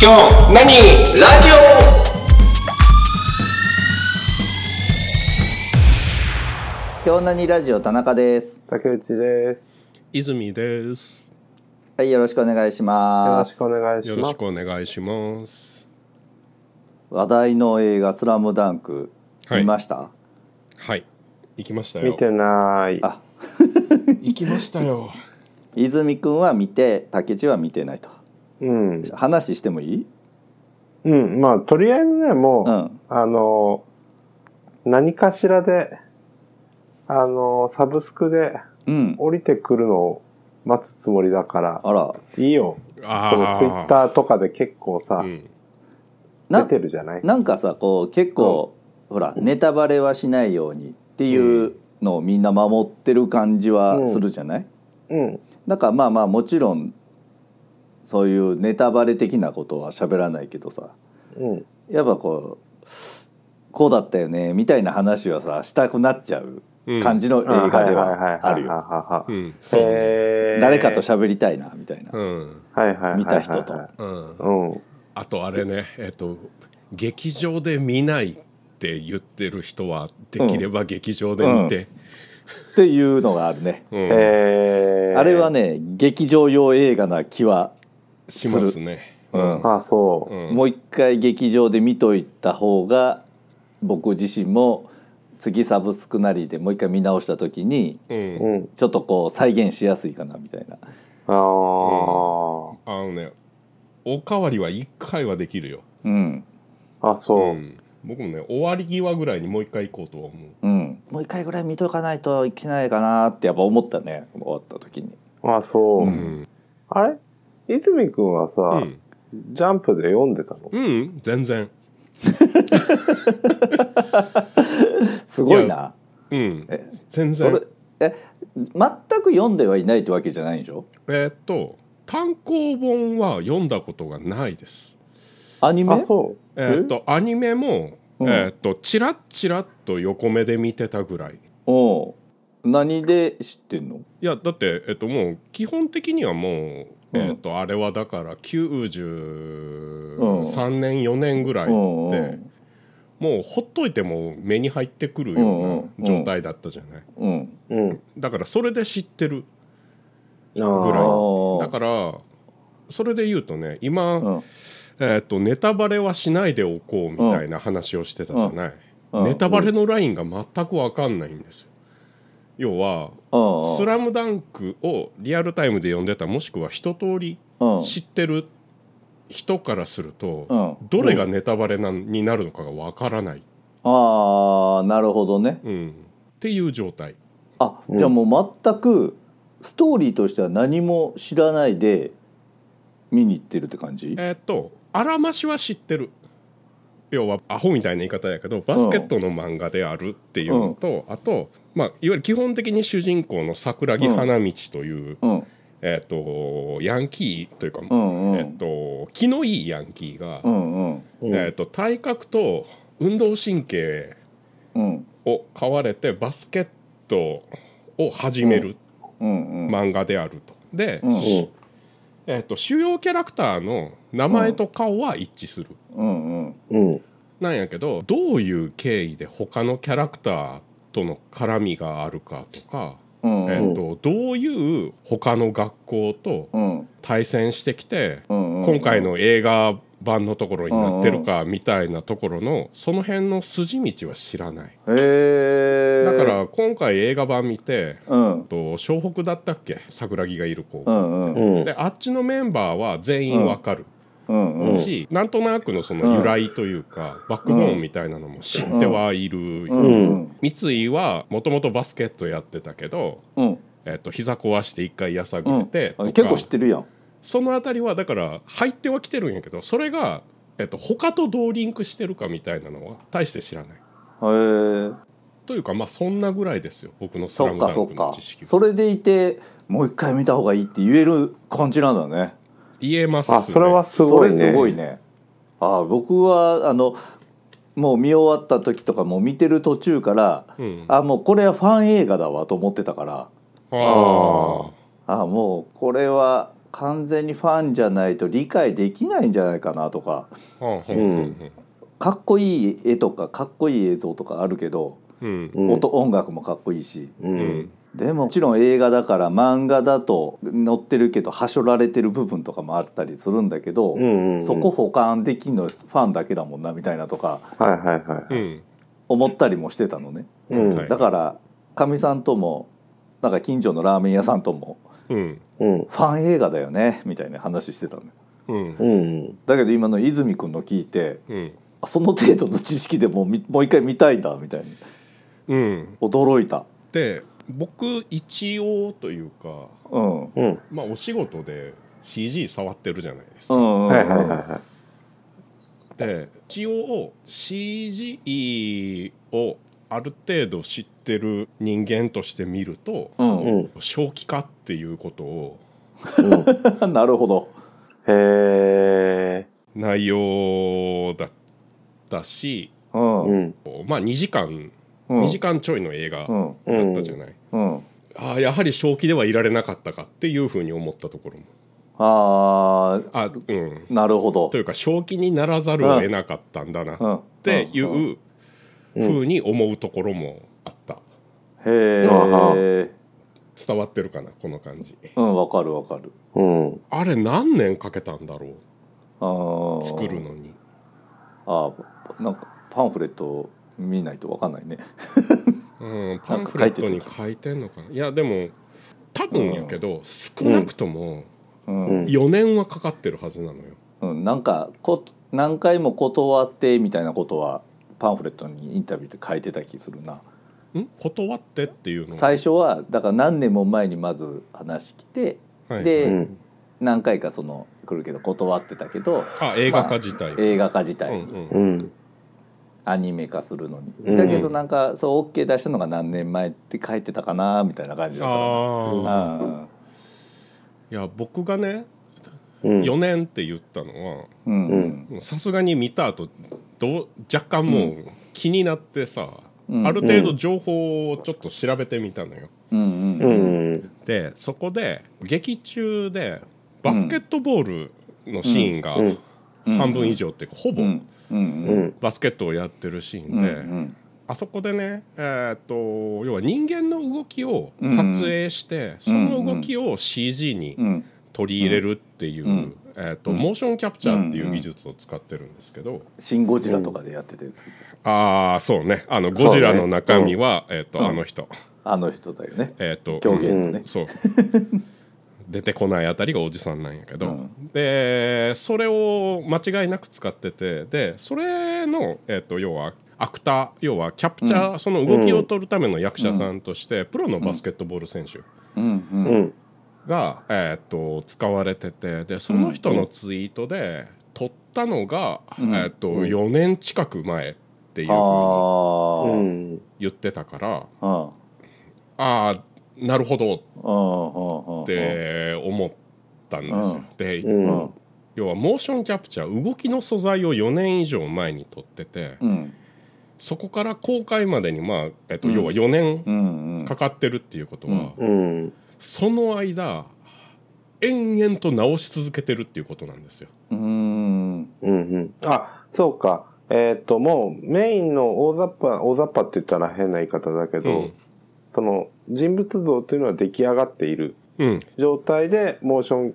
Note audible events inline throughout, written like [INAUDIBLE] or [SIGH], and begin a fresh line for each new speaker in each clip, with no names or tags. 今日何ラジオ
今日何ラジオ田中です。
竹内です。
泉です。
はい、よろしくお願いし
よ
ま
ろし
す
くお。願いし
よ
ます。
ろしくお願いします。
話題の映画スラムダンク、
はい
見ました。
はい。行きました
見
よ。
てない。
あ、
行きましたよ。
泉くんは見て、竹内は見てないと。
うん。
話してもいい。
うん。まあ、とりあえずね、もう、
うん
あの、何かしらで、あの、サブスクで
うん。
降りてくるのを待つつもりだから、
あら、
いいよ。そのツイッ
ー。
ターとかで結構さ、
うん
出
な
てるじゃない
なんかさ、こう、結構、ほら、ネタバレはしないようにっていうのをみんな守ってる感じはするじゃない。
うん。
だから、まあまあ、もちろん。そういうネタバレ的なことは喋らないけどさ。
うん。
やっぱこうこうだったよねみたいな話はさしたくなっちゃう
うん
感じの映画ではあるよ
よ
うん。そうね。
えー、
誰かと喋りたいなみたいな
うん。
はいはいはいはい
見た人と
うん。
うん。
あとあれね、えっと劇場で見ないって言ってる人はできれば劇場で見て。
っていうのがあるね
うん
えー、
あれはね劇場用映画な気は
しますね。
うん
あ、そう。
うん
もう一回劇場で見といた方が僕自身も次サブスクなりでもう一回見直した時に
うん
うん。
ちょっとこう再現しやすいかなみたいな
ああ。
あのね、おかわりは一回はできるよ。
うん
あそう、
うん僕もね終わり際ぐらいにもう一回行こうとは思う。
うんもう一回ぐらい見とかないといけないかなってやっぱ思ったね終わった時に
あそう、
うん。
あれ泉くんはさ、
うん。
ジャンプで読んでたの
うん。全然。
すごい
い
な
うん
え。
全
そ
然
れ。え全く読んではいないってわけじゃないんでしょ
えーっと単行本は読んだことがないです。
アニメ
あそう
えーっとアニメも、
うん
えーっとチラッチラッと横目で見てたぐらい。い
おう何で知ってんの
やだってえーっともう基本的にはもう、
うん
えーっとあれはだから93年4年ぐらいで、
うんうん
もうほっといても目に入ってくるよう
うん
な状態だったじゃない。
うん
うん
だからそれで知ってる
ぐら
ぐらい
あ
あ
ー
だからそれで言うとね今、
うん
えーっとネタバレはしないでおこうみたいな話をしてたじゃない、
うん
ネタバレのラインが全く分かんないんですよ要は
うん
「スラムダンクをリアルタイムで読んでたもしくは一通り
うん
知ってる人からする
う
と
ん
どれがネタバレなんになるのかが分からない、
ああなるほどね
うん、っていう状態
あ
うん
じゃあもう全くストーリーとしては何も知らないで見に行ってるって感じ
えーっとあらましは知ってる要はアホみたいな言い方やけどバスケットの漫画であるっていうのと、あと、まあ、いわゆる基本的に主人公の桜木花道という、
うん
えーっとヤンキーというか、
うんうん
えっと、気のいいヤンキーが、
うんうん
えっと、体格と運動神経
うん
を買われてバスケットを始める
うんうん
漫画であると。で、
うん
しえっと、主要キャラクターの名前と顔は一致する。
うんうん
うん
なんやけどどういう経緯で他のキャラクターとの絡みがあるかとか、
うんう
え
ん
っと、どういう他の学校と
うん
対戦してきて
うんうん
今回の映画版のところになってるかみたいなところのその辺の筋道は知らない
へえ
だから今回映画版見て
うん
と湘北だったっけ桜木がいる子
うんうん
うん
であっちのメンバーは全員わかる
うんうん
しなんとなくのその由来というかバックボーンみたいなのも知ってはいる
うんうん
三井はもともとバスケットやってたけど
うん
えっと膝壊して一回やさぐ
う
れ
ん
てと
結
か
構知ってるやん
その辺りはだから入ってはきてるんやけどそれが、えっと、他とどうリンクしてるかみたいなのは大して知らな
へ
い
え
というかまあそんなぐらいですよ僕の「スラ
そっ
ム
か
ダ
そ
ン
っ
クの
か
知識は
それでいてもう一回見た方がいいって言える感じなんだね
言えます、ね、
あそれはすごいね
それすごいねああ僕はあのもう見終わった時とかもう見てる途中から
うん、あ
あもうこれはファン映画だわと思ってたから
あ
あもうこれは完全にファンじゃないと理解できないんじゃないかなとか
は
う
あ
ん
かっこいい絵とかかっこいい映像とかあるけど、
うん
うん
音音楽もかっこいいし
う
うんん
でももちろん映画だから漫画だと載ってるけどはしょられてる部分とかもあったりするんだけど、
うんうん
そこ補完できんのファンだけだもんなみたいなとか
はいはいは
う
い
ん
思ったりもしてたのね。
うん
はい
だからかみさんともなんか近所のラーメン屋さんとも
うん
うん
ファン映画だよねみたいな話してたのよ
うん
うん
だけど今の泉君の聞いて
うん
あその程度の知識でもうみもう一回見たいんだみたいに
うん
驚いた
で僕一応というか
うんうん
うん
まあお仕事で CG 触ってるじゃないです
う
か、
んうん
はいはいはいは
で一応 CG をある程度知ってる人間として見ると
う
い
ん
うん
正気化っていうことを
うん
なるほど
へえ
内容だったし
うん
う
うん
ん
まあ2時間
うん
2時間ちょいの映画
う
だ
ん
ったじゃない、
うん
ああやはり正気ではいられなかったかっていうふうに思ったところも
あ
あうん
ーなるほど
というか正気にならざるを得なかったんだなっ
うん
てい
うんへ
うふうに思うところもあった
え
伝わってるかなこの感じ
うんわかるわかる
うん
あれ何年かけたんだろ
あ
う
ー
作るのに
あーなんかパンフレット見ないとわかんないね
うんパンフレットに書いてんのかないやでも多分やけど少なくとも
うん
うん
4年はかかってるはずなのよ
うん、なんかこ何回も断ってみたいなことはパンフレットにインタビューで書いてた気するな、
ん断ってっていうのは
最初はだから何年も前にまず話来て、
はい
で、
うん
何回かその来るけど断ってたけど
あ映画化自体、
映画化自体、
うんうん
うん
アニメ化するのに、
うん
だけどなんかそう OK 出したのが何年前って書いてたかなみたいな感じだったな
ああ
あ
いや僕がね
うん
4年って言ったのは
ーうんうん
もうさすがに見た後どう若干もう気になってさ、
うん
ある程度情報をちょっと調べてみたのよ。
うん
う
うん
ん
でそこで劇中でバスケットボールのシーンが
うん
半分以上っていうかほぼ
うんうん
う
うん
ん
バスケットをやってるシー
うんう
ンで
ん
あそこでねえーっと要は人間の動きを撮影してその動きを CG に
うん
取り入れるっていう、
うん
えー、とモーションキャプチャーっていう技術を使ってるんですけど、
シン・ゴジラとかでやってたやつ、
ああそうねあのゴジラの中身は、えー、と
うん
あの人
あの人だよね
えっ、と、
狂
う
言のね
ん、
[LAUGHS]
そう出てこないあたりがおじさんなんやけど、
うん
でそれを間違いなく使っててでそれの、えー、と要はアクター要はキャプチャー、その動きを取るための役者さんとして、プロのバスケットボール選手、
うんうん
うん
が、えー、と使われててでその人のツイートで撮ったのが、
うん
えー、と
うん
4年近く前っていうふうに
あ
う
ーうん
ん
言ってたから
あ
ああなるほど
あ
って思ったんですよ。で、
う
うんん
要はモーションキャプチャー動きの素材を4年以上前に撮ってて
うん
そこから公開までに、まあえー、と
うん
要は4年
うんうん
かかってるっていうことは、
うん
うん
その間延々と直し続けてるっていうことなんですよ。
うん
うんうんあそうかえっ、ともうメインの大雑把大雑把って言ったら変な言い方だけど、
うん
その人物像というのは出来上がっている
うん、
状態でモーション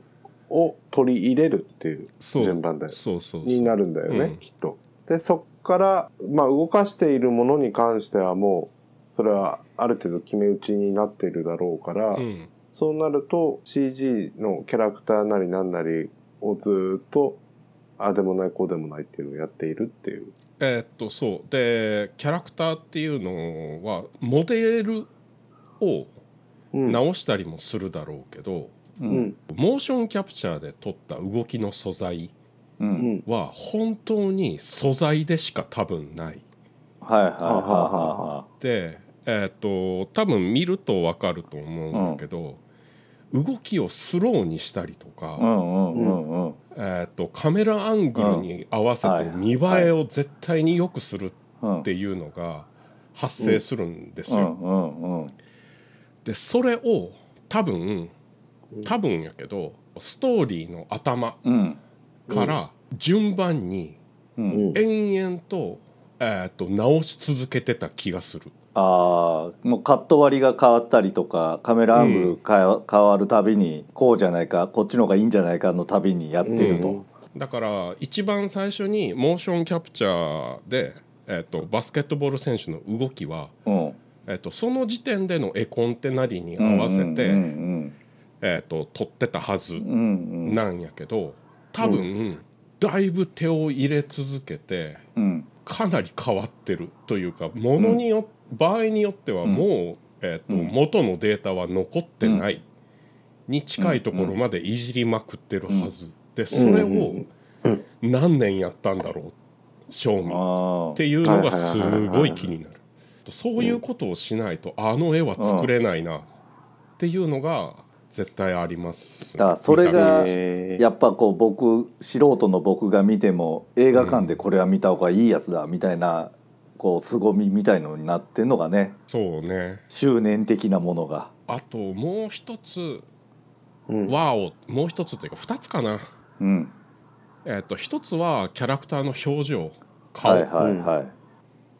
を取り入れるっていう
そう
順番だよ
そうそうそう
になるんだよね、
うん
きっと。でそっから、まあ、動かしているものに関してはもうそれはある程度決め打ちになっているだろうから、
うん
そうなると CG のキャラクターなりなんなりをずーっとああでもないこうでもないっていうのをやっているっていう。
えーっとそうでキャラクターっていうのはモデルを
うん
直したりもするだろうけど、
う
うんん
モーションキャプチャーで撮った動きの素材
う
うんん
は本当に素材でしか多分ない。
はいはいはい
はは
でえーっと多分見ると分かると思うんだけど、動きをスローにしたりとか、
はいはいうんうんうんうん
えーっとカメラアングルに合わせ
うんは
て
いはい
見栄えを絶対に良くする
うん
っていうのが発生するんです
う
よ。
んうんうん
でそれを多分多分やけどストーリーの頭
うん
から順番に
うん
延々と,、えー、と直し続けてた気がする
ああもうカット割りが変わったりとかカメラアングル変わ変わるたびにこうじゃないかこっちの方がいいんじゃないかのたびにやってると、
うん
だから一番最初にモーションキャプチャーで、えー、とバスケットボール選手の動きは、
うん
えー、とその時点での絵コンテなりに合わせて、
うん
えー、と撮ってたはず
うんうんうん
なんやけど多分、だいぶ手を入れ続けて
うん
かなり変わってるというかものによ、場合によってはもう、えーと
うん
元のデータは残ってないに近いところまでいじりまくってるはず、でそれを何年やったんだろう賞味っ
あ
ていうのがすごい気になるそういうことをしないとあの絵は作れないなっていうのが絶対あります、
だからそれが
見た目
あやっぱこう僕素人の僕が見ても映画館でこれは見た方がいいやつだみたいなこう凄みみたいのになってんのがね
そうね
執念的なものが
あともう一つ
うん
和をもう一つというか二つかな、
うん
えっと一つはキャラクターの表情顔、
はいはいはい、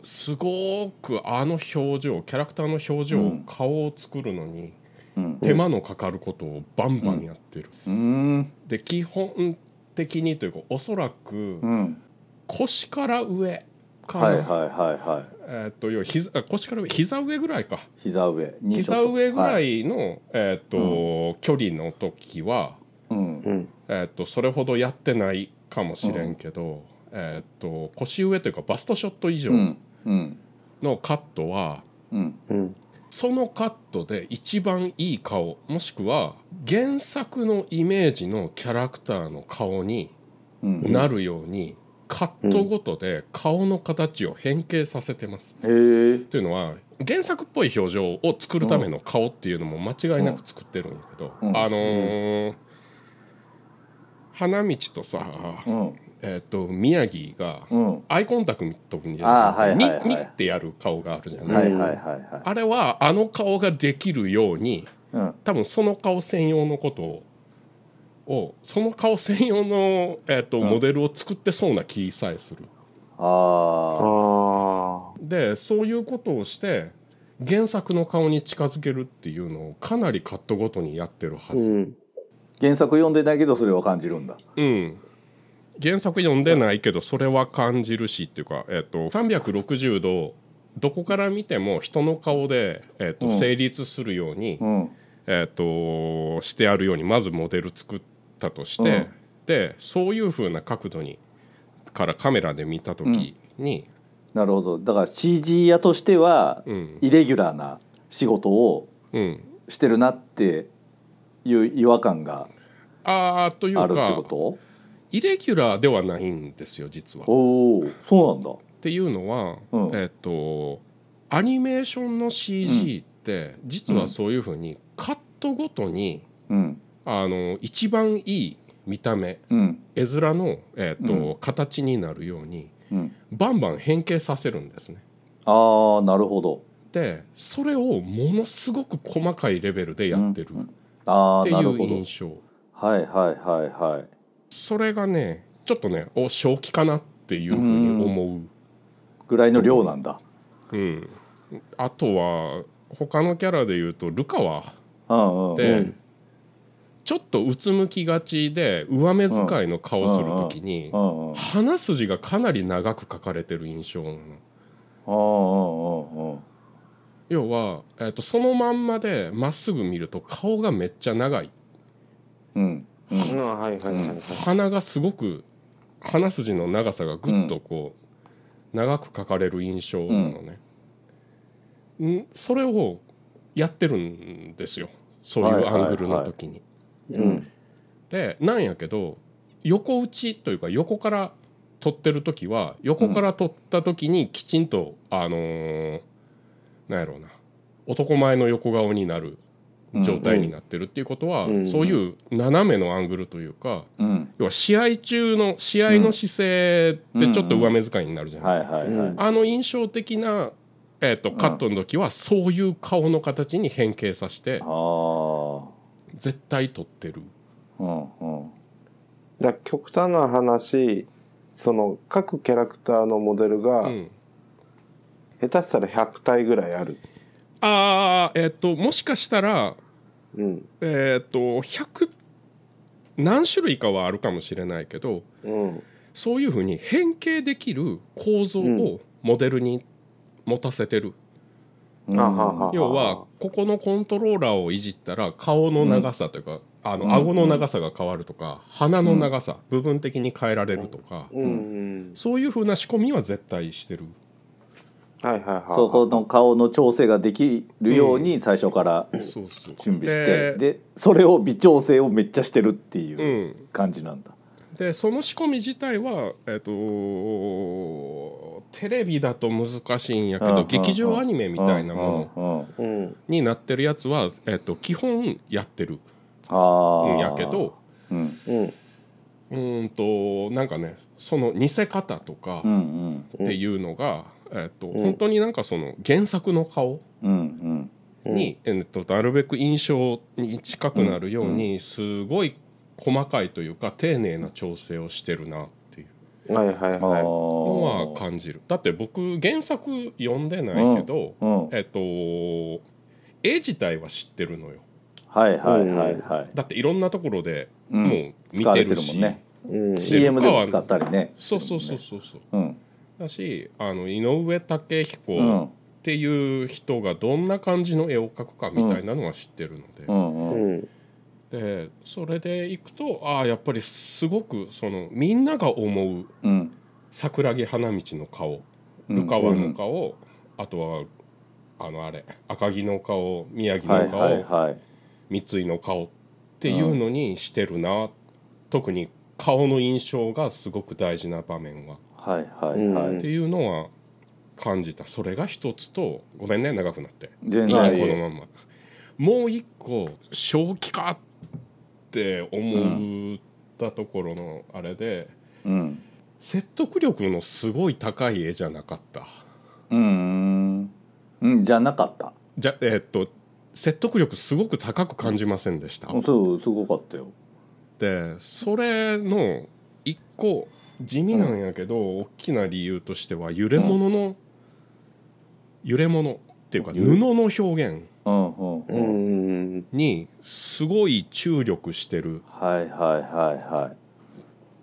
すごくあの表情キャラクターの表情、
うん
顔を作るのに
うん
手間のかかることをバンバンやってる、
うん
で基本的にというかおそらく
うん
腰から上かな、
はいはいはいはい
えっと要は膝あ腰から上膝上ぐらいか
膝上二
膝上ぐら
はい、
いの、えっと距離の時は
うん
うん
えっとそれほどやってないかもしれんけど、えっと腰上というかバストショット以上
うんうん
のカットは、
うん
うん
そのカットで一番いい顔もしくは原作のイメージのキャラクターの顔に
うん
なるように、カットごとで顔の形を変形させてます。
へえ
というのは原作っぽい表情を作るための顔っていうのも間違いなく作ってるんだけど、
うん
あのー花道とさ、
うん
えー、と宮城が
うん
アイコンタクトに
あーはいはいはい
にってやる顔があるじゃな
は
い、
いはいはいは
あれはあの顔ができるように
いうん
多分その顔専用のことををその顔専用の、えーと
うん
モデルを作ってそうな気さえする
ああ
あ
でそういうことをして原作の顔に近づけるっていうのをかなりカットごとにやってる
あ
は
う
ず、
ん
原作読んでないけどそれは感じるんだ
うん原作読んでないけどそれは感じるしっていうか、えー、と360度どこから見ても人の顔で、えーと
うん
成立するように、
うん
えー、としてあるようにまずモデル作ったとして、
うん
でそういうふうな角度にからカメラで見た時に、
なるほどだから CG 屋としては
うん
イレギュラーな仕事を
うん、
してるなっていう違和感が
ああという
あるってこ
か
と
イレギュラーではないんですよ実は。っ
おおそうなんだ
ていうのは、
うん
えー、とアニメーションの CG って、実はそういうふうにカットごとに
うん
あの一番いい見た目
うん
絵面の、えーと
う
形になるように
うん
バンバン変形させるんですね。
ああなるほど
でそれをものすごく細かいレベルでやってる
うんうん
っ
ああ
てい
なる
う
ほど
印象
はいはいはいはい
それがねちょっとねお正気かなっていうふうに思
ぐらいの量なんだ
う、うん、あとは他のキャラで言うとルカワ
うんうん
で、
うん
ちょっとうつむきがちで上目遣いの顔する時に
うんうん
鼻筋がかなり長く描かれてる印象なの
うんうんうんうん
要は、えっとそのまんまでまっすぐ見ると顔がめっちゃ長い
うんう
うんんはいはいはいはい
鼻がすごく鼻筋の長さがぐっとこう、長く描かれる印象なのね、ん、それをやってるんですよそういうアングルの時に。
うん
でなんやけど横打ちというか横から撮ってる時は横から撮った時にきちんと、あのーなんやろうな男前の横顔になる状態になってるっていうことは、
うん
そういう斜めのアングルというか、
うん
要は試合中の試合の姿勢でちょっと上目遣いになるじゃない、
はいはいはい、
うん
あの印象的な、えー、とカットの時はそういう顔の形に変形させて
ああ
絶対撮ってる
ううんうん
だから極端な話その各キャラクターのモデル
う
が
ん、
下手したら100体ぐらいある、
ああえっ、ともしかしたら
うん
えっ、と100何種類かはあるかもしれないけど
うん、
そういうふうに変形できる構造をモデルに持たせてる、
うん
あはは
要はここのコントローラーをいじったら顔の長さというか、あ
うん
の顎の長さが変わるとか鼻の長さ、部分的に変えられるとか、
うんうん
そういうふうな仕込みは絶対してる
はいはいはい
そこの顔の調整ができるように最初から
そうそう
準備して、
で
でそれを微調整をめっちゃしてるって
う、
いうん感じなんだ、
でその仕込み自体は、えっとテレビだと難しいんやけ
うんうんう
ど
ん
劇場アニメみたいなもの
の
うん
になってるやつは、えっと基本やってる
ああ
んやけど
うん
うん
うーんとなんかねその似せ方とか
うんうん
っていうのが、えっと
うん
本当になんかその原作の顔
うん
うん
に、えっとなるべく印象に近くなるようにすごい細かいというか丁寧な調整をしてるなっていう。
はいはい
うんあ
はい
の
あ
は感じるだって僕原作読んでないけど、
うん
えっと絵自体は知ってるのよ
はいはいはいはい、
だっていろんなところで
ん
もう見てるし、
使われてるもんね
うん
し
CM でも使ったりね
そうそうそうそうそう
うん
だしあの井上武
う
彦
ん
っていう人がどんな感じの絵を描くかみたいなのは知ってるので,、
うんうん
うん
でそれでいくとああやっぱりすごくそのみんなが思う
うん
桜木花道の顔
うん
ルカワの顔、あとはあのあれ赤城の顔宮城
は
の
い
顔、
はいはい
三井の顔っていうのにしてるな、特に顔の印象がすごく大事な場面は、
はいはいは
う
い
ん
っていうのは感じたそれが一つとごめんね長くなって
全
いい
然
ね
いい
このまんまもう一個正気かって思ったところのあれで、
うん
説得力のすごい高い絵じゃなかった。
うんうんじゃなかった
じゃえーっと説得力すごく高く感じませんでした、
そうすごかったよ
でそれの一個地味なんやけど、大きな理由としては揺れ物の、揺れ物っていうか
ゆ
布の表現
うんうん
う
うん
ん
にすごい注力してる
はいはいはいは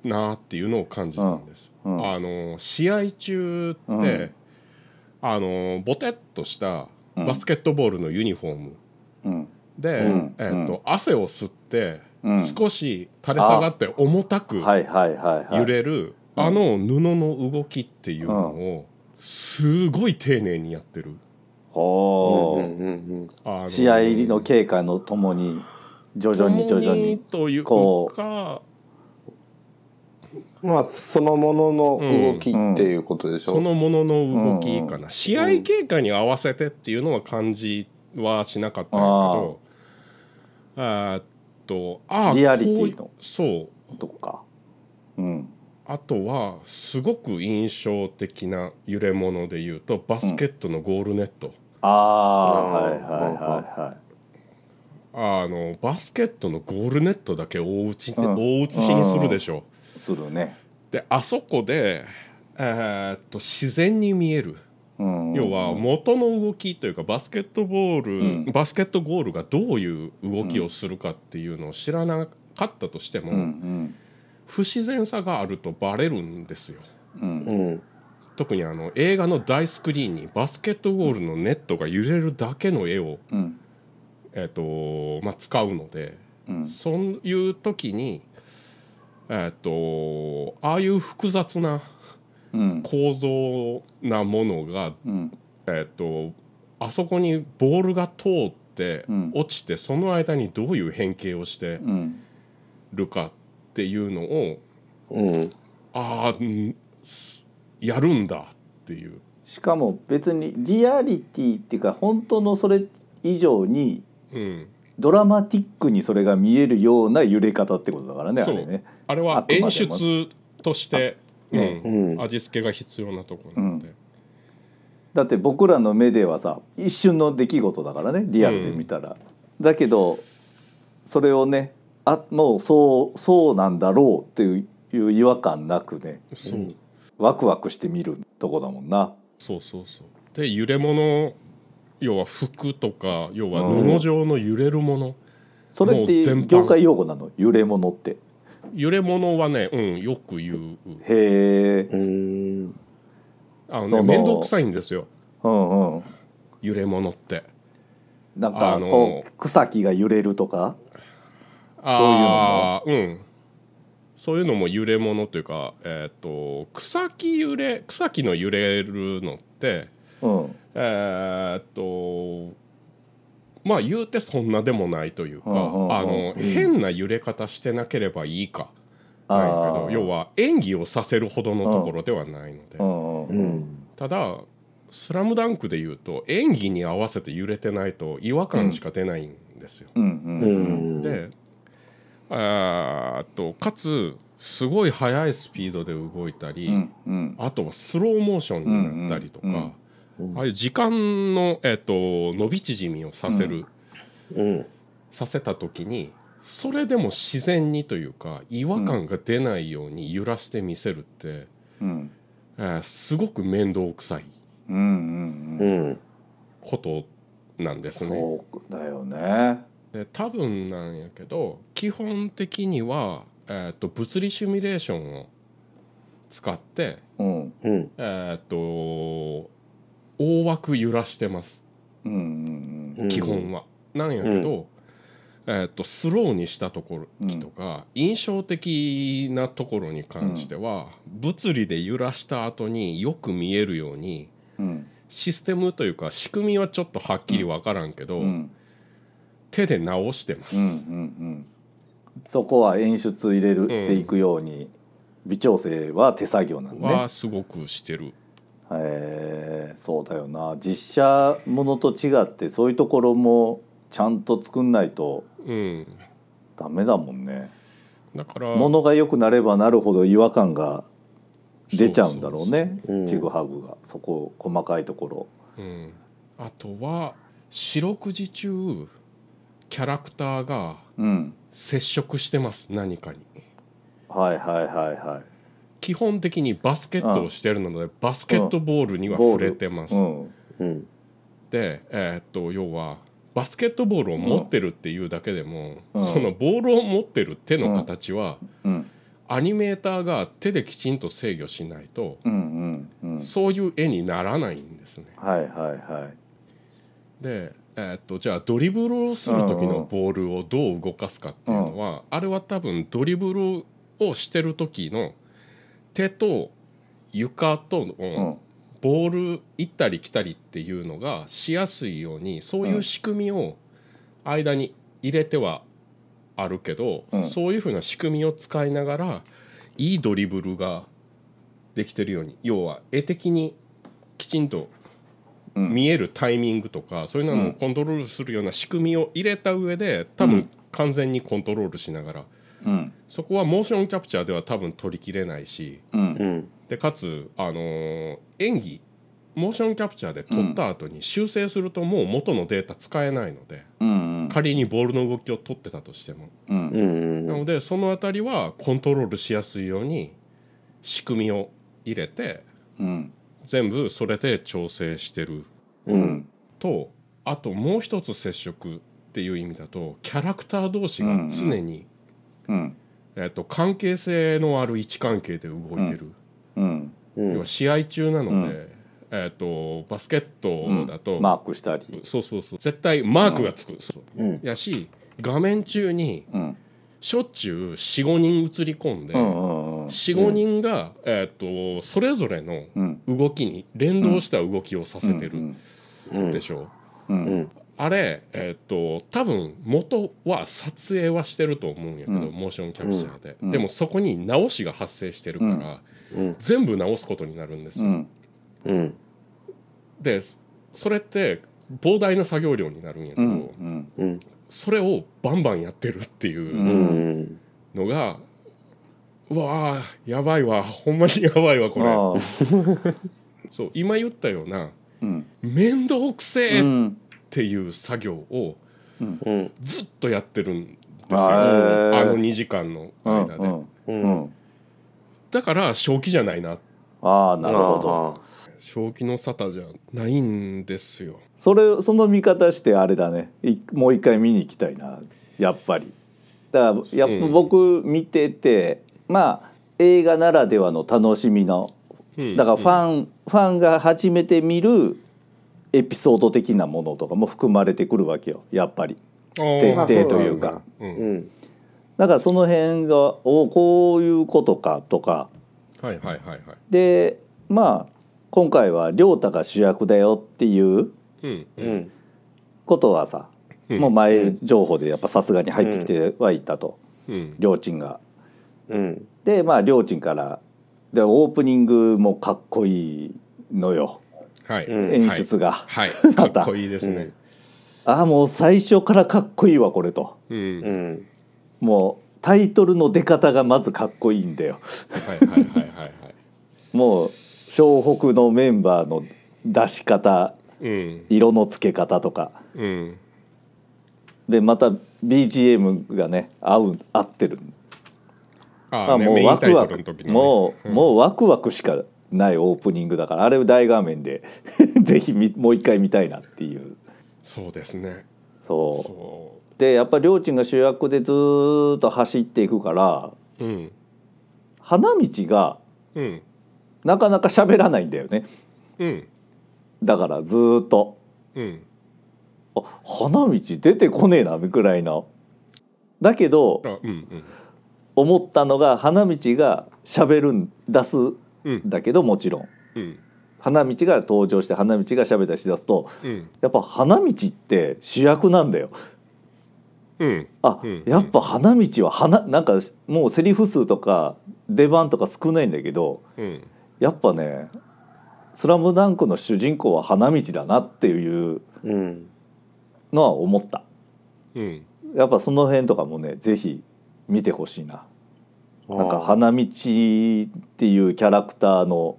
い
なっていうのを感じたんです、
うんうん
あの試合中って、
うん
あのボテッとした
うん
バスケットボールのユニフォーム
うん
で、
うん
えーっと
う
汗を吸って、
うん
少し垂れ下がって重たく
はいはいはいはい
揺れる、
うん
あの布の動きっていうのをすごい丁寧にやってる。
ほ
う
ー
んうん
あの
試合の経過のともに徐々に徐々
共
に
という
こう
か
まあそのものの動きっていうことでしょ、
そのものの動きかな、試合経過に合わせてっていうのは感じはしなかったんだけどあーっとあー
リアリティの
こうそう
とかうん
あとはすごく印象的な揺れ物でいうとバスケットのゴールネット。
ああ
うん
はいはいはいはい
あのバスケットのゴールネットだけ大打ち,、
うん
大写しにするでしょ
するね。
であそこで、えーっと自然に見える、
うん、
要は元の動きというかバスケットボール、
うん
バスケットゴールがどういう動きをするかっていうのを知らなかったとしても、
うんうん
不自然さがあるとバレるんですよ
う
うんん
特にあの映画の大スクリーンにバスケットゴールのネットが揺れるだけの絵を、
うん
えーっとまあ、使うので。
うん
そういう時にえっとああいう複雑な
うん
構造なものが
うん
えっとあそこにボールが通って
うん
落ちてその間にどういう変形をして
うん
るかっていうのを
うん
ああんすやるんだっていう
しかも別にリアリティっていうか本当のそれ以上に
うん
ドラマティックにそれが見えるような揺れ方ってことだからねあ
そう
れね。
あれ
あ
は
くまでも
演出として
あね
うん
うん
味付けが必要なところなので
だって僕らの目ではさ一瞬の出来事だからねリアルで見たら、だけどそれをねあもうそうそうなんだろうっていう違和感なくね
そう、
うん
ワクワクして見るとこだもんな
そうそうそうで揺れ物要は服とか要は布状の揺れるもの、
それっ
もう
て
全般
業界用語なの揺れ物って
揺れ物はね、うん、よく言う
へえ
うん
あの
そ
ね
の
面倒くさいんですよ
うんうん
揺れ物って
なんか
あのー
こう草木が揺れるとか
ああうんそういうのも揺れ物というか、えー、と草木揺れ草木の揺れるのって
うん
えーっとまあ言うてそんなでもないというか、
うんうんうん
あの
うん
変な揺れ方してなければいいかなんやけ
あ
ど
あ
要は演技をさせるほどのところではないので、
うんう
うんん
ただ「スラムダンクで言うと演技に合わせて揺れてないと違和感しか出ないんですよ。
うん
う
うん
ん
であーっとかつすごい速いスピードで動いたり、
うんうん
あとはスローモーションになったりとか。
うんうんうん
ああいう時間の、えっと伸び縮みをさせる、
うん
させた時にそれでも自然にというか違和感が出ないように揺らしてみせるって、
うん
えーすごく面倒くさい
うんうん
う
うん
ん
ことなんですね。
そうだよね
で多分なんやけど基本的には、えっと物理シミュレーションを使って、
うん
うん
えっと大枠揺らしてます。
うんうん
うん
基本は、なんやけど、えー、とスローにしたところとか、印象的なところに関しては、物理で揺らした後によく見えるように
うん
システムというか仕組みはちょっとはっきり分からんけど、
うん
手で直してます、
うんうんうんそこは演出入れるっていくように微調整は手作業なんでね
はすごくしてる、
へえそうだよな実写ものと違ってそういうところもちゃんと作んないと
うん、
ダメだもんね
だから
ものが良くなればなるほど違和感が出ちゃうんだろうね
そうそうそう
ちぐはぐがそこ細かいところ
うん、あとは四六時中キャラクターが
うん
接触してます何かに。
はいはいはいはい
基本的にバスケットをしてるのでバスケットボールには
ボー
触
ル
れてます。
うん
うん
で、えーっと要はバスケットボールを持ってるっていうだけでも、
うん
そのボールを持ってる手の形は、
うん
アニメーターが手できちんと制御しないと、
うんうんうん
そういう絵にならないんですね。
はいはいはい
で、えーっとじゃあドリブルをする時のボールをどう動かすかっていうのは、あれは多分ドリブルをしてる時の手と床との、
うん
ボール行ったり来たりっていうのがしやすいようにそういう仕組みを間に入れてはあるけど、
うん
そういうふうな仕組みを使いながらいいドリブルができてるように要は絵的にきちんと
うん
見えるタイミングとか、そういうのをコントロールするような仕組みを入れた上で多
う
分
ん
完全にコントロールしながら
うん
そこはモーションキャプチャーでは多分取りきれないし。
うん
うん
でかつ、あのー演技モーションキャプチャーで撮った後に修正するともう元のデータ使えないので、
うん
仮にボールの動きを撮ってたとしても、
うん
うん
なのでそのあたりはコントロールしやすいように仕組みを入れて
うん
全部それで調整してる
う
うんん
とあともう一つ接触っていう意味だとキャラクター同士が常に、
うん
えっと関係性のある位置関係で動いてる。
うん
うん
要は試合中なので、
うん
えー、とバスケットだと、
マークしたり
そうそうそう絶対マークがつく、そう
うん
やし画面中に
うん
しょっちゅう45人映り込んで、
うんうんうん
45人が、えー、とそれぞれの
うん
動きに連動した動きをさせて
う
る
ん
うん
でしょう。
うん
うん
あれ、えー、と多分元は撮影はしてると思うんやけど、
うん
モーションキャプチャーで、
うん
でもそこに直しが発生してるから、
うん
うん
全部直すことになるんですよ、
うん
うん
でそれって膨大な作業量になるんやけ
う
ど、
んうん
うん
それをバンバンやってるっていう
うん
のが、うわあやばいわほんまにやばいわこれ
ああ
そう今言ったような
うん
面倒くせえっ
うん
ていう作業を
うん
ずっとやってるですよ
へー
あの2時間の
うん
間
う
で、
ん
う。
うんん
だから正気じゃないな
ああなるほど
ど。
正気の沙汰じゃないんですよ
それその見方してあれだねいもう一回見に行きたいなやっぱりだからやっぱ
うん
僕見てて、まあ映画ならではの楽しみの
うん
だからファン、ファンが初めて見るエピソード的なものとかも含まれてくるわけよやっぱり設定というか
う
うんん。
だからその辺がおこういうことかとか
はいはいはいはい
でまあ今回は亮太が主役だよっていう
うんう
うんん。
ことはさ、
うん
もう前情報でやっぱさすがに入ってきてはいたと
うん
亮ちんが。
うん。
でまあ亮ちんからでオープニングもかっこいいのよ
はい、
うん
演出が。 [LAUGHS]
はいか
ま
ったこいいですね
ああもう最初からかっこいいわこれと。
うん、
うん。
もうタイトルの出方がまずかっこいいんだよ。
はいはいはいはいはい
もう湘北のメンバーの出し方
うん
色の付け方とか
うん
でまた BGM がね合う合ってる
ああ、ね、
も
メ
う
イン
ワ
タ
ク
イ
ワ
トル
ク、
の時のね
もう、
ん
もうワクワクしかないオープニングだからあれを大画面で [LAUGHS] ぜひ見もう一回見たいなっていう
そうですね
そう
そ
でやっぱりちんが主役でずーっと走っていくから
ううん
花道が
うん
なかなか喋らないんだよね
うん
だからずーっと
うん
あ花道出てこねえなぐらいのだけど
あうん
思ったのが花道が喋るん出すん
うんうん
だけどもちろん
うん
花道が登場して花道が喋ったりしだすと
うん
やっぱ花道って主役なんだよ
うん
あ、
うん
やっぱ花道は花なんかもうセリフ数とか出番とか少ないんだけど
うん
やっぱね「スラムダンクの主人公は花道だなっていう
うん。
のは思った
うん
やっぱその辺とかもねぜひ見てほしいななんか花道っていうキャラクターの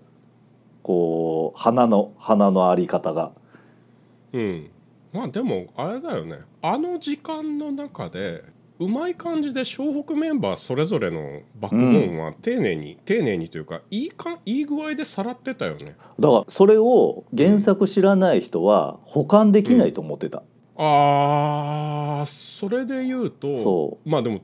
こう花の花のあり方が
うんまあでもあれだよねあの時間の中でうまい感じで湘北メンバーそれぞれのバックボーンは丁寧に、丁寧にというかいいかいい具合でさらってたよね
だからそれを原作知らない人は保管できないと思ってた、
あーそれで言うと
そ
まあでも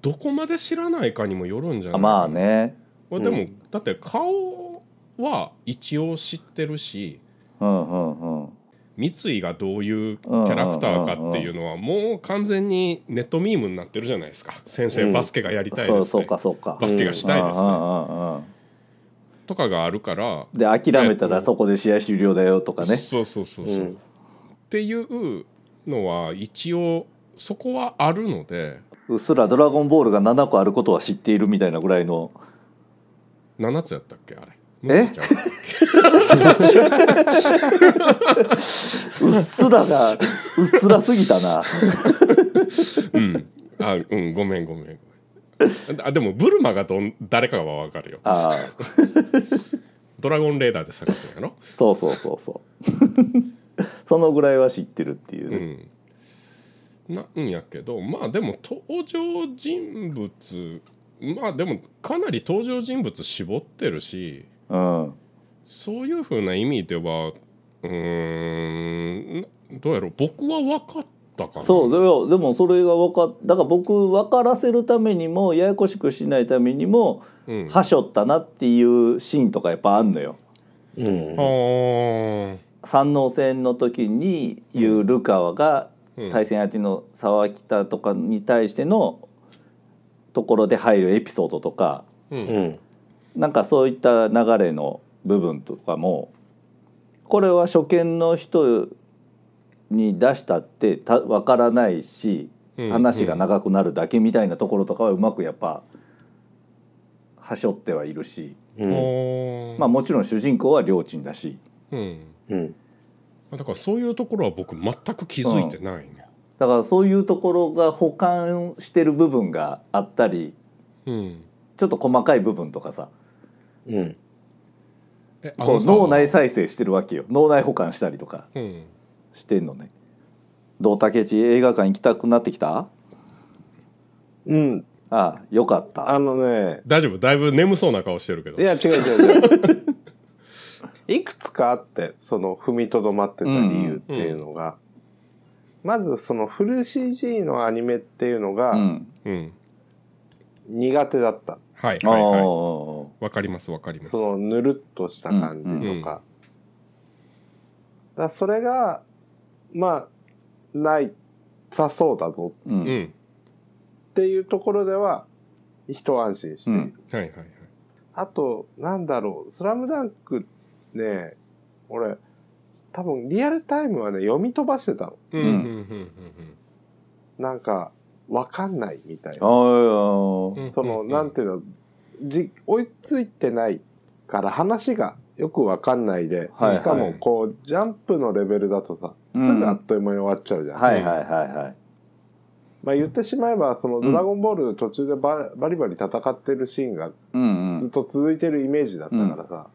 どこまで知らないかにもよるんじ
う
ゃな
あ
い
まあね
まあでも、
う
だって顔は一応知ってるし
うんうんうん
三井がどういうキャラクターかっていうのはもう完全にネットミームになってるじゃないですか先生
うん
バスケがやりたいです、
そ
ね
うそうかそうか
バスケがしたいです、
う
ね
んうんうん
とかがあるから、
うんで諦めた
えっ
ら
と
そこで試合終了だよとかね
そうそうそうそう、
う
っ
ん
ていうのは一応そこはあるので
うっすら「ドラゴンボール」が7個あることは知っているみたいなぐらいの
7つやったっけあれ
え
6つちゃうか
うっすら
[LAUGHS]
がうっすらすぎたな
うんあうんごめんごめんごめんあでもブルマがどん誰かは分かるよ
ああ
ドラゴンレーダーで探すんやろ
そうそうそうそう [LAUGHS] そのぐらいは知ってるっていう
う
ね、
ん、なんやけどまあでも登場人物まあでもかなり登場人物絞ってるし
うん
そういうふうな意味ではうーんどうやろう僕は分かったかな
そうでもでもそれが分かっだから僕分からせるためにもややこしくしないためにも
うん、あ
はしょったなっていうシーンとかやっぱあんのよ。
うん。
ー
山王戦の時に言うルカワが
うん
対戦相手の沢北とかに対してのところで入るエピソードとか
うん
うん。
なんかそういった流れの部分とかもこれは初見の人に出したってた分からないし
うん
話が長くなるだけみたいなところとかはうまくやっぱはしょってはいるし、
あ
う
ー
まあ、もちろん主人公は両親だし
うん
ん。
だからそういうところは僕全く気づいてないね、
だからそういうところが補完してる部分があったり
うん、
ちょっと細かい部分とかさ
うん。
えあ
こ
の
う
さ
脳内再生してるわけよ脳内補完したりとか
うん
してんのね。どう竹内映画館行きたくなってきた
うん。
ああよかった
あのね、
大丈夫だいぶ眠そうな顔してるけど
いや、違う違う違う。いくつかあって、その踏みとどまってた理由っていうのが、まずそのフル CG のアニメっていうの
う
が
ん
うん
苦手だった。
はい
ああ
はいはいわかりますわかります
そのぬるっとした感じとか。
うんうん
だからそれが、まあ、ない、さそうだぞ
う
うんん
っていうところでは、一安心している。
うん
はいはいはい
あと、なんだろう、スラムダンクね、俺、多分リアルタイムはね、読み飛ばしてたの。
うんうんうん
なんか、わかんないみたい
ああ
な。
うんうん
その、
う
なんていうの、じ、追いついてないから話がよくわかんないで、
はいはい
しかも、こう、ジャンプのレベルだとさ、
うん
すぐあっという間に終わっちゃうじゃん。
はいはいはいはい
まあ言ってしまえば、その、ドラゴンボールの途中でババリバリ戦ってるシーンが
うんう
ずっ
ん
と続いてるイメージだったからさ、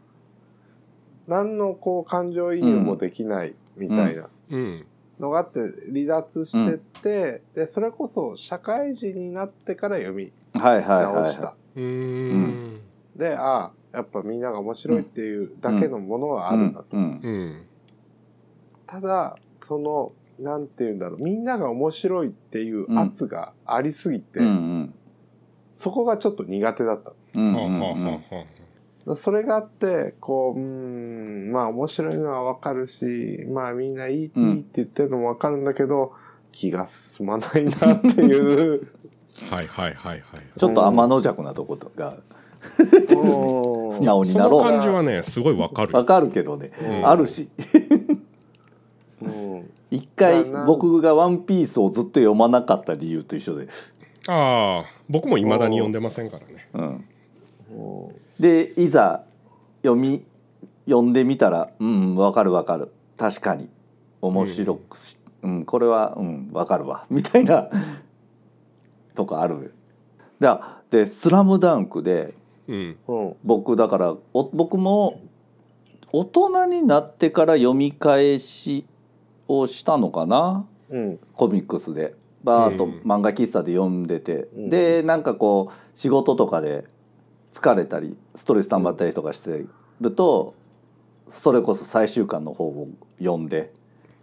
何のこう感情移入もできないみたいな
うん
のがあって離脱してって、でそれこそ社会人になってから読み
はいはいはい
直した、
は
うーん
でああやっぱみんなが面白いっていうだけのものはいあるんだと、
うん
うん
ただそのなんて言うんだろうみんなが面白いっていう圧がありすぎて、
うんうん
そこがちょっと苦手だった
うん
はあ
うん
はあ
うん
はあはあ
それがあってこううーんまあ面白いのはわかるしまあみんないい,、
うん
いいって言ってるのもわかるんだけど気が進まないなっていう
はいはいはいはい
ちょっと天の弱なとことか [LAUGHS] 素直
うん
になろ
その感じ
う
はねすごいわかる
わかるけどね
うん
あるし
うん
一回
まあな
僕が「ワンピースをずっと読まなかった理由と一緒で、
ああ僕もいまだに読んでませんからね
うん、
うん
でいざ読み読んでみたら「うんうんわかるわかる確かに面白くし、うんこれはうんわかるわ」みたいなとかあるだで「スラムダンクで
うん
うん
僕だからお僕も大人になってから読み返しをしたのかな
うん
コミックスでバーッと
うん
漫画喫茶で読んでて、
うん
でなんかこう仕事とかで疲れたりストレス溜まったりとかしてるとそれこそ最終巻の方を読んで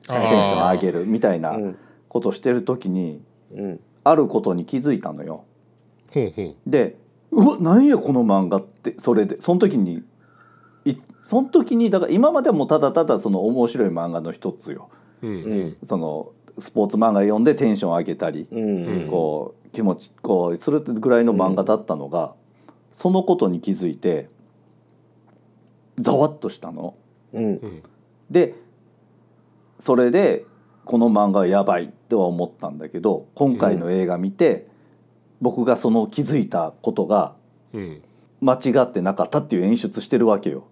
テンション上げるみたいな
うん
ことしてる時に
うん
あることに気づいたのよ。
ほうほう
で「うわ何やこの漫画」ってそれでその時にいその時にだから今までもただただその面白い漫画の一つよ。
うん
う
うんん
そのスポーツ漫画読んでテンション上げたり
うん
こう気持ちこうするぐらいの漫画だったのが、そのことに気づいてざわっとしたの。
うん
うん
でそれでこの漫画はやばいとは思ったんだけど今回の映画見て、僕がその気づいたことが
うん
間違ってなかったっていう演出してるわけよ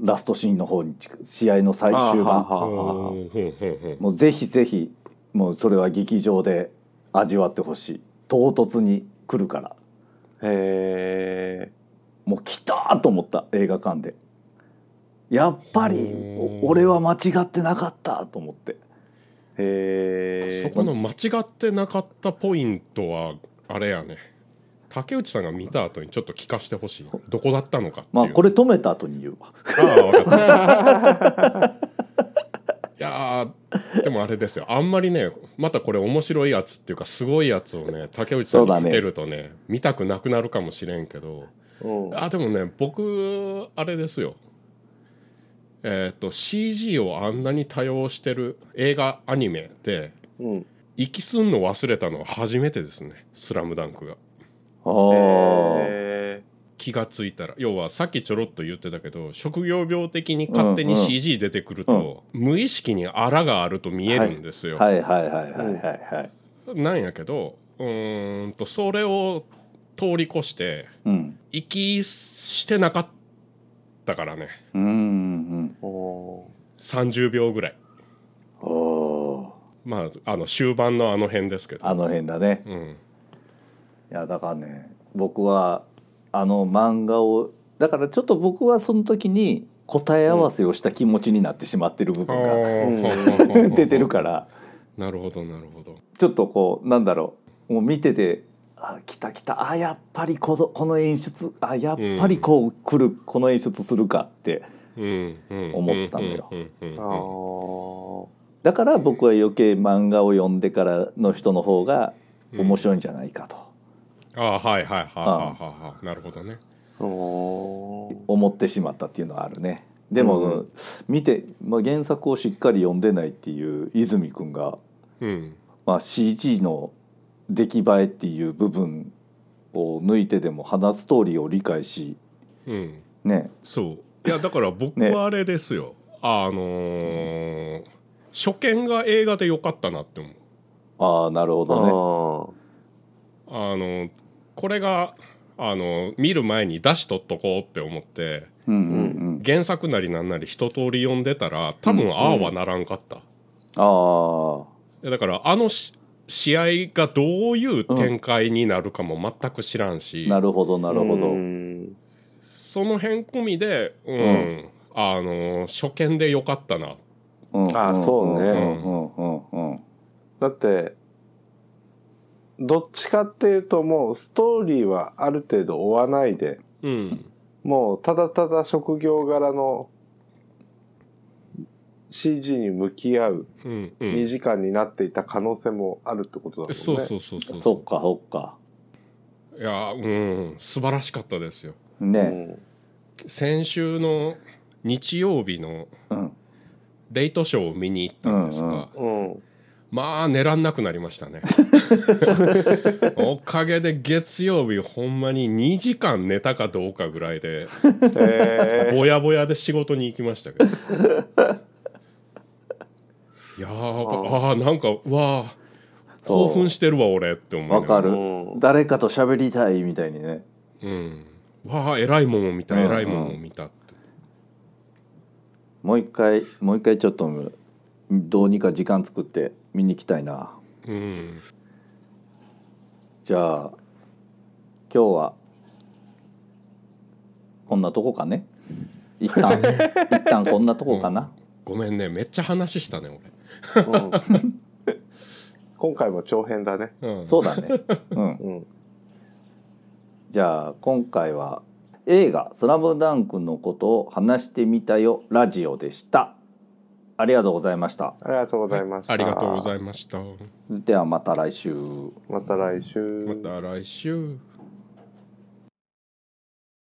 ラストシーンの方に近試合の最
あー
終
はあ
盤。
はあはあ
ほうほうほうほう
もうぜひぜひもうそれは劇場で味わってほしい唐突に来るから
へえ
もう来たーと思った映画館でやっぱり
うん
お俺は間違ってなかったと思って
へ
そ
え
この間違ってなかったポイントはあれやね竹内さんが見た後にちょっと聞かしてほしいどこだったのかっていう
まあこれ止めた後に言うわ
ああ分かったいやーでもあれですよあんまりねまたこれ面白いやつっていうかすごいやつをね竹内さんに
そうだ
来
ね
てるとね見たくなくなるかもしれんけど
うん
あでもね僕あれですよえっ、と CG をあんなに多用してる映画アニメで
うん
息すんの忘れたのは初めてですね「スラムダンクが
あー
へ
気がついたら要はさっきちょろっと言ってたけど職業病的に勝手に
うんうん
CG 出てくると、無意識にあらがあると見えるんですよ、
はいはいはいはいはいはい
なんやけどうーんとそれを通り越して
うん
息してなかったからね
うんうん
ーお
30秒ぐらい
うんおー
まああの終盤のあの辺ですけど
あの辺だね
うん
いやだからね僕はあの漫画をだからちょっと僕はその時に答え合わせをした気持ちになってしまってる部
あ
分が、[LAUGHS]
ー [LAUGHS]
出てるから
なるほどなるほど
ちょっとこうなんだろうもう見ててあ来た来たあやっぱりこのこの演出あやっぱりこう来る、この演出するかって
うんうん
思ったのよ
うんうんうん
あ
うん
ー
だから僕は余計漫画を読んでからの人の方が面白いんじゃないかと
あーはいはいはいはいはいはいなるほどね
おー
思ってしまったっていうのはあるね。でも、
うん
見て、まあ、原作をしっかり読んでないっていう泉くんが、
うん
まあ、CG の出来栄えっていう部分を抜いてでも話すストーリーを理解し
うん
ね
そういやだから僕
ね
はあれですよ、あのー初見が映画で良かったなって思う
ああなるほ
あ
どね。
ー
あのこれがあの見る前に出しとっとこうって思って
うんうんうん、
原作なりなんなり一通り読んでたら多分ああはならんかった、
ああ
いやだからあのし試合がどういう展開になるかも全く知らんし、
なるほどなるほど。
うん
その辺込みでうん、
うん
あの初見で良かったな
うん
あーそうね
うんうんうんうん
だってどっちかっていうともうストーリーはある程度追わないで
うん
もうただただ職業柄の CG に向き合う
うんう
2
ん
時間になっていた可能性もあるってことだもんね。
そうそうそうそう
そっかそっか。
いやうん素晴らしかったですよ
ね。
ん
先週の日曜日の
うん
レイトショーを見に行ったんですが、
うんうん
うん
まあ寝らんなくなり
[LAUGHS]
ましたねおかげで月曜日ほんまに2時間寝たかどうかぐらいで
えー
ぼやぼやで仕事に行きまし
[LAUGHS]
たけどいやーああーなんかうわー
そう
興奮してるわ俺って思いな
わ
がら
かる、
うん
誰かと喋りたいみたいにね。
うんわあ偉いもんを見た
うん
偉いもんを見たって
もう一回もう一回ちょっとどうにか時間作って見に行きたいな
うん
じゃあ今日はこんなとこかね一旦一旦こんなとこかな、
ごめんねめっちゃ話したね
うん [LAUGHS] 今回も長編だね。
俺、うん、
そうだねうん
うん
じゃあ今回は映画「スラムダンクのことを話してみたよラジオでしたありがとうございました
ありがとうございました。
ありがとうござ
い
いました
ではまた来週
ます。また来週。
また来週